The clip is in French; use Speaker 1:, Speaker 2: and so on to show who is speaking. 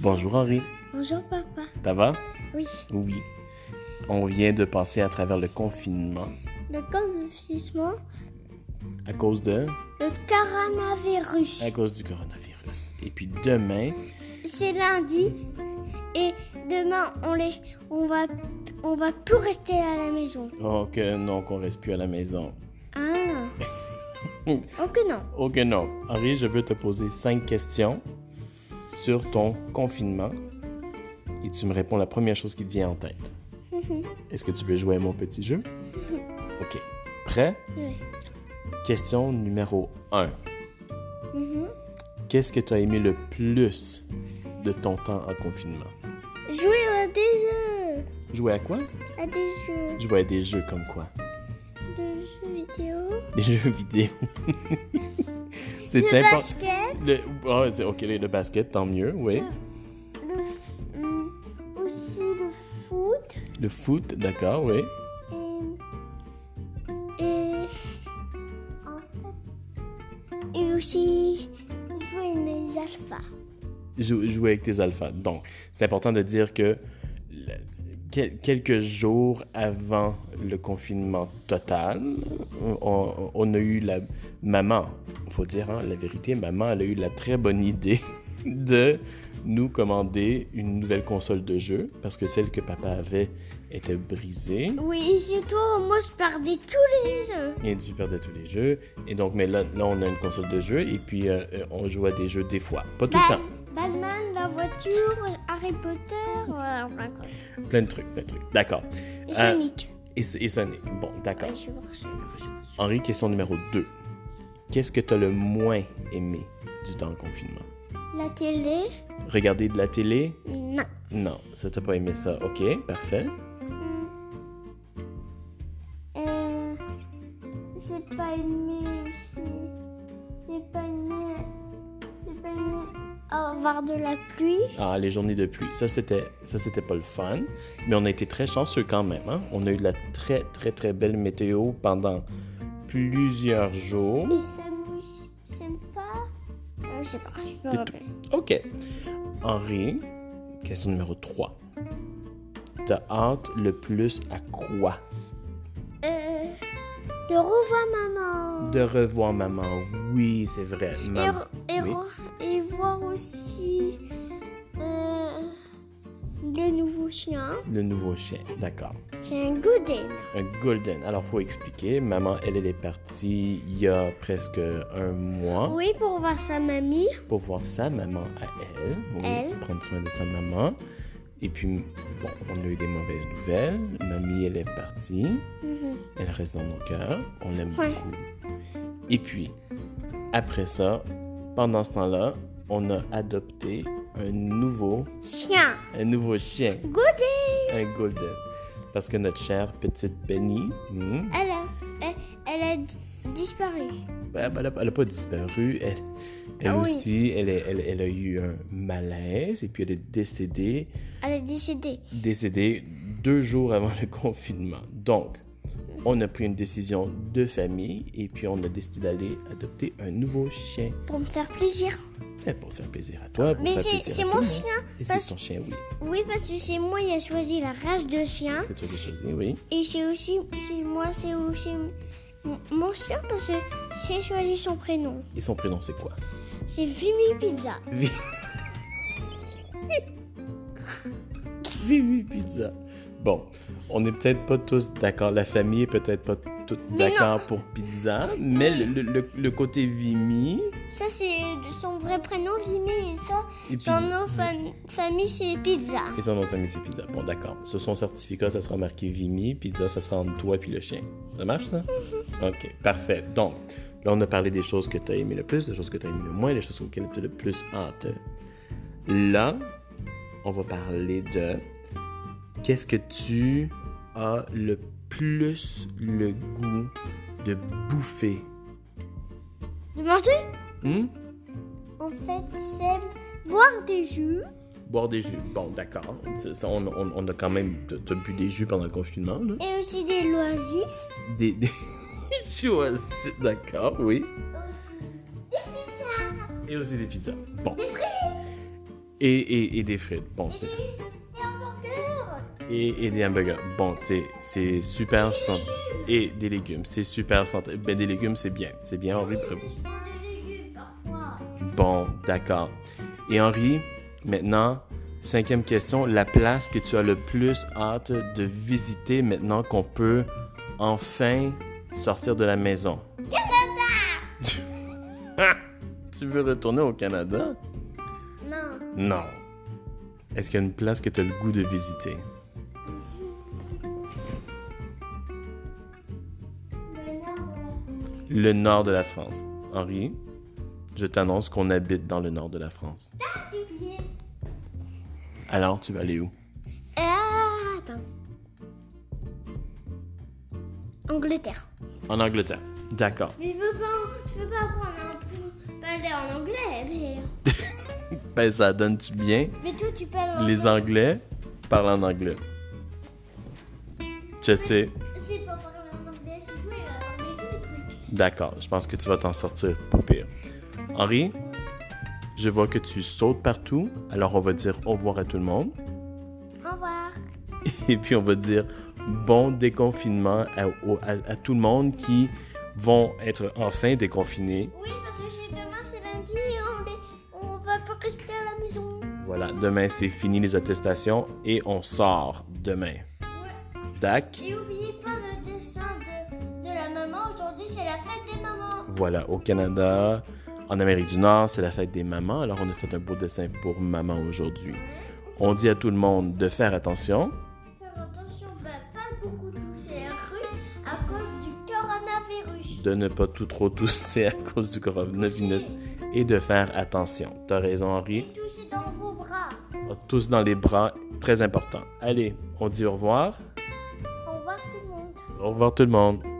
Speaker 1: Bonjour Henri,
Speaker 2: Bonjour papa.
Speaker 1: ça va?
Speaker 2: Oui,
Speaker 1: Oui. On vient de passer à travers le confinement
Speaker 2: le confinement,
Speaker 1: à cause de
Speaker 2: le coronavirus.
Speaker 1: à cause du coronavirus. Et puis demain,
Speaker 2: C'est lundi et demain on les on va on va plus rester à la maison.
Speaker 1: oh que non, qu'on reste plus à la maison.
Speaker 2: Ah. oh que non.
Speaker 1: Oh que non. Henri, je veux te poser cinq questions sur ton confinement et tu me réponds la première chose qui te vient en tête. Est-ce que tu veux jouer à mon petit jeu? Ok. Prêt?
Speaker 2: Oui.
Speaker 1: Question numéro 1.
Speaker 2: Mhm.
Speaker 1: Qu'est-ce que tu as aimé le plus de ton temps en confinement?
Speaker 2: Jouer à des jeux,
Speaker 1: Jouer à quoi?
Speaker 2: à des jeux
Speaker 1: Jouer à des jeux comme quoi?
Speaker 2: de jeux vidéo,
Speaker 1: Des jeux vidéo. C'est
Speaker 2: le
Speaker 1: important.
Speaker 2: basket,
Speaker 1: Le- ah, c'est- ok, le basket, tant mieux,
Speaker 2: Ah.
Speaker 1: oui.
Speaker 2: le f- hum, aussi le foot
Speaker 1: Le foot, d'accord, oui.
Speaker 2: et et en fait, et aussi jouer mes alphas.
Speaker 1: Jou- jouer avec tes alphas. Donc, c'est important de dire que le- quel- quelques jours avant le confinement total, on, on a eu la maman, il faut dire hein, la vérité, maman, elle a eu la très bonne idée de nous commander une nouvelle console de jeu parce que celle que papa avait était brisée.
Speaker 2: Oui, c'est toi, moi je perdais tous les jeux.
Speaker 1: Et tu perdais tous les jeux. Et donc, mais là, là, on a une console de jeu et puis euh, euh, on joue à des jeux des fois. Pas tout le temps.
Speaker 2: Bat- Batman, la voiture, Harry Potter, euh, voilà, plein de trucs.
Speaker 1: Plein de trucs, plein de trucs. D'accord.
Speaker 2: Et
Speaker 1: Euh,
Speaker 2: Sonic.
Speaker 1: Et, ce- et Sonic. Bon, d'accord.
Speaker 2: Ouais, je vois, je vois, je vois.
Speaker 1: Henri, question numéro 2. Qu'est-ce que tu as le moins aimé du temps en confinement?
Speaker 2: La télé,
Speaker 1: Regarder de la télé?
Speaker 2: non.
Speaker 1: Non, ça t'as pas aimé ça. OK, parfait.
Speaker 2: Euh, J'ai pas aimé aussi. J'ai pas aimé. J'ai pas aimé avoir de la pluie.
Speaker 1: Ah, les journées de pluie. Ça, c'était ça c'était pas le fun, mais on a été très chanceux quand même. hein? On a eu de la très, très, très belle météo pendant plusieurs jours.
Speaker 2: Et ça me pas. Euh, je sais pas, je me
Speaker 1: C'est
Speaker 2: rappelle.
Speaker 1: OK. Henri, question numéro 3. T'as hâte le plus à quoi?
Speaker 2: Euh, de revoir maman.
Speaker 1: De revoir maman. Oui, c'est vrai.
Speaker 2: Et,
Speaker 1: Maman.
Speaker 2: re- et,
Speaker 1: Oui.
Speaker 2: re- et voir aussi euh, le nouveau chien.
Speaker 1: Le nouveau chien, d'accord.
Speaker 2: C'est un golden.
Speaker 1: Un golden. Alors, faut expliquer. Maman, elle, elle est partie il y a presque un mois
Speaker 2: Oui, pour voir sa mamie.
Speaker 1: pour voir sa maman à elle. Oui,
Speaker 2: Elle.
Speaker 1: Prendre soin de sa maman. Et puis, bon, on a eu des mauvaises nouvelles. Mamie, elle est partie. Elle reste dans nos cœurs. On l'aime
Speaker 2: Mhm. Ouais.
Speaker 1: beaucoup. Et puis, après ça, pendant ce temps-là, on a adopté un nouveau,
Speaker 2: Chien.
Speaker 1: un nouveau chien.
Speaker 2: Golden.
Speaker 1: un golden. Parce que notre chère petite Benny, hmm,
Speaker 2: Elle a, elle, elle a d- disparu.
Speaker 1: ben, ben, elle n'a pas disparu. Elle, elle
Speaker 2: Ah oui.
Speaker 1: aussi, elle, est- elle- elle a eu un malaise et puis elle est décédée,
Speaker 2: Elle est décédée.
Speaker 1: décédée deux jours avant le confinement. Donc, on a pris une décision de famille et puis on a décidé d'aller adopter un nouveau chien.
Speaker 2: Pour me faire plaisir.
Speaker 1: Ben, Pour faire plaisir à toi, pour
Speaker 2: Mais
Speaker 1: faire
Speaker 2: c'est
Speaker 1: plaisir à
Speaker 2: c'est
Speaker 1: tout le
Speaker 2: mon
Speaker 1: monde.
Speaker 2: chien.
Speaker 1: Et c'est
Speaker 2: parce-
Speaker 1: ton chien, oui.
Speaker 2: Oui, parce que c'est moi qui a choisi la race de chien.
Speaker 1: C'est toi qui choisis, oui.
Speaker 2: Et c'est aussi, c'est moi, c'est aussi m- mon chien parce que j'ai choisi son prénom.
Speaker 1: Et son prénom, c'est quoi?
Speaker 2: C'est Vimy Pizza.
Speaker 1: Vi- Vivi Pizza. Bon, on n'est peut-être pas tous d'accord, la famille est peut-être pas toute
Speaker 2: Mais
Speaker 1: d'accord pour pizza, mais le, le- le- le côté Vimi,
Speaker 2: Ça, c'est son vrai prénom, Vimy, et ça,
Speaker 1: Et puis-
Speaker 2: son nom fam- famille, c'est Pizza.
Speaker 1: et son nom de famille c'est pizza. Bon, d'accord. Sur son certificat, ça sera marqué Vimi, pizza, ça sera entre toi puis le chien. Ça marche, ça? Ok, parfait. Donc, là, on a parlé des choses que tu as aimé le plus, des choses que tu as aimé le moins, des choses auxquelles tu as le plus hâte. Là, on va parler de qu'est-ce que tu as le plus le goût de bouffer.
Speaker 2: Le manger,
Speaker 1: Hmm?
Speaker 2: en fait, c'est boire des jus.
Speaker 1: Boire des jus. Bon, d'accord. Ça, ça, on, on- on a quand même... T'as bu des jus pendant le confinement, là?
Speaker 2: Et aussi des loisirs.
Speaker 1: Des... des... choisis- D'accord, oui.
Speaker 2: Aussi des pizzas.
Speaker 1: Et aussi des pizzas. Bon. Et, et, et des frites. Bon, c'est.
Speaker 2: Et encore que
Speaker 1: Et, et des hamburgers. Bon, tu sais, c'est super santé. Et des légumes. C'est super santé. Ben, des légumes, c'est bien. C'est bien, Henri. pré-
Speaker 2: je prends des légumes parfois.
Speaker 1: Bon, d'accord. Et Henri, maintenant, cinquième question, la place que tu as le plus hâte de visiter maintenant qu'on peut enfin sortir de la maison. Canada! tu veux retourner au Canada?
Speaker 2: Non.
Speaker 1: Non. Est-ce qu'il y a une place que tu as le goût de visiter?
Speaker 2: Ben non.
Speaker 1: Le nord de la France. Henri, je t'annonce qu'on habite dans le nord de la France.
Speaker 2: Particulier.
Speaker 1: Alors, tu vas aller où?
Speaker 2: Ah, attends. Angleterre.
Speaker 1: En Angleterre. D'accord.
Speaker 2: Mais je veux pas, je veux pas prendre un peu- parler en anglais, mais,
Speaker 1: Ben, ça donne-tu bien?
Speaker 2: mais toi tu parles en
Speaker 1: Les Anglais parlent en anglais. Je sais.
Speaker 2: Si pas parler en anglais, c'est tout, mais tous les trucs.
Speaker 1: D'accord, je pense que tu vas t'en sortir, pas pire. Henri, je vois que tu sautes partout, alors on va dire au revoir à tout le monde.
Speaker 2: Au revoir.
Speaker 1: Et puis on va dire bon déconfinement à, au- à- à tout le monde qui vont être enfin déconfinés.
Speaker 2: Oui, parce que c'est demain, c'est lundi, et on, les, on va pas rester à la maison.
Speaker 1: Voilà, demain c'est fini les attestations et on sort demain.
Speaker 2: Ouais.
Speaker 1: Dac.
Speaker 2: Et oubliez pas le dessin de, de la maman. Aujourd'hui, c'est la fête des mamans.
Speaker 1: Voilà, au Canada, en Amérique du Nord, c'est la fête des mamans, alors on a fait un beau dessin pour maman aujourd'hui. On dit à tout le monde de faire attention.
Speaker 2: Faire attention, bah, pas beaucoup toucher la rue à cause du coronavirus.
Speaker 1: de ne pas tout trop tousser à cause du coronavirus et de faire attention. T'as raison,
Speaker 2: Et
Speaker 1: Henri.
Speaker 2: toucher dans vos bras.
Speaker 1: Tous dans les bras, très important. Allez, on dit au revoir.
Speaker 2: Au revoir tout le monde.
Speaker 1: Au revoir tout le monde.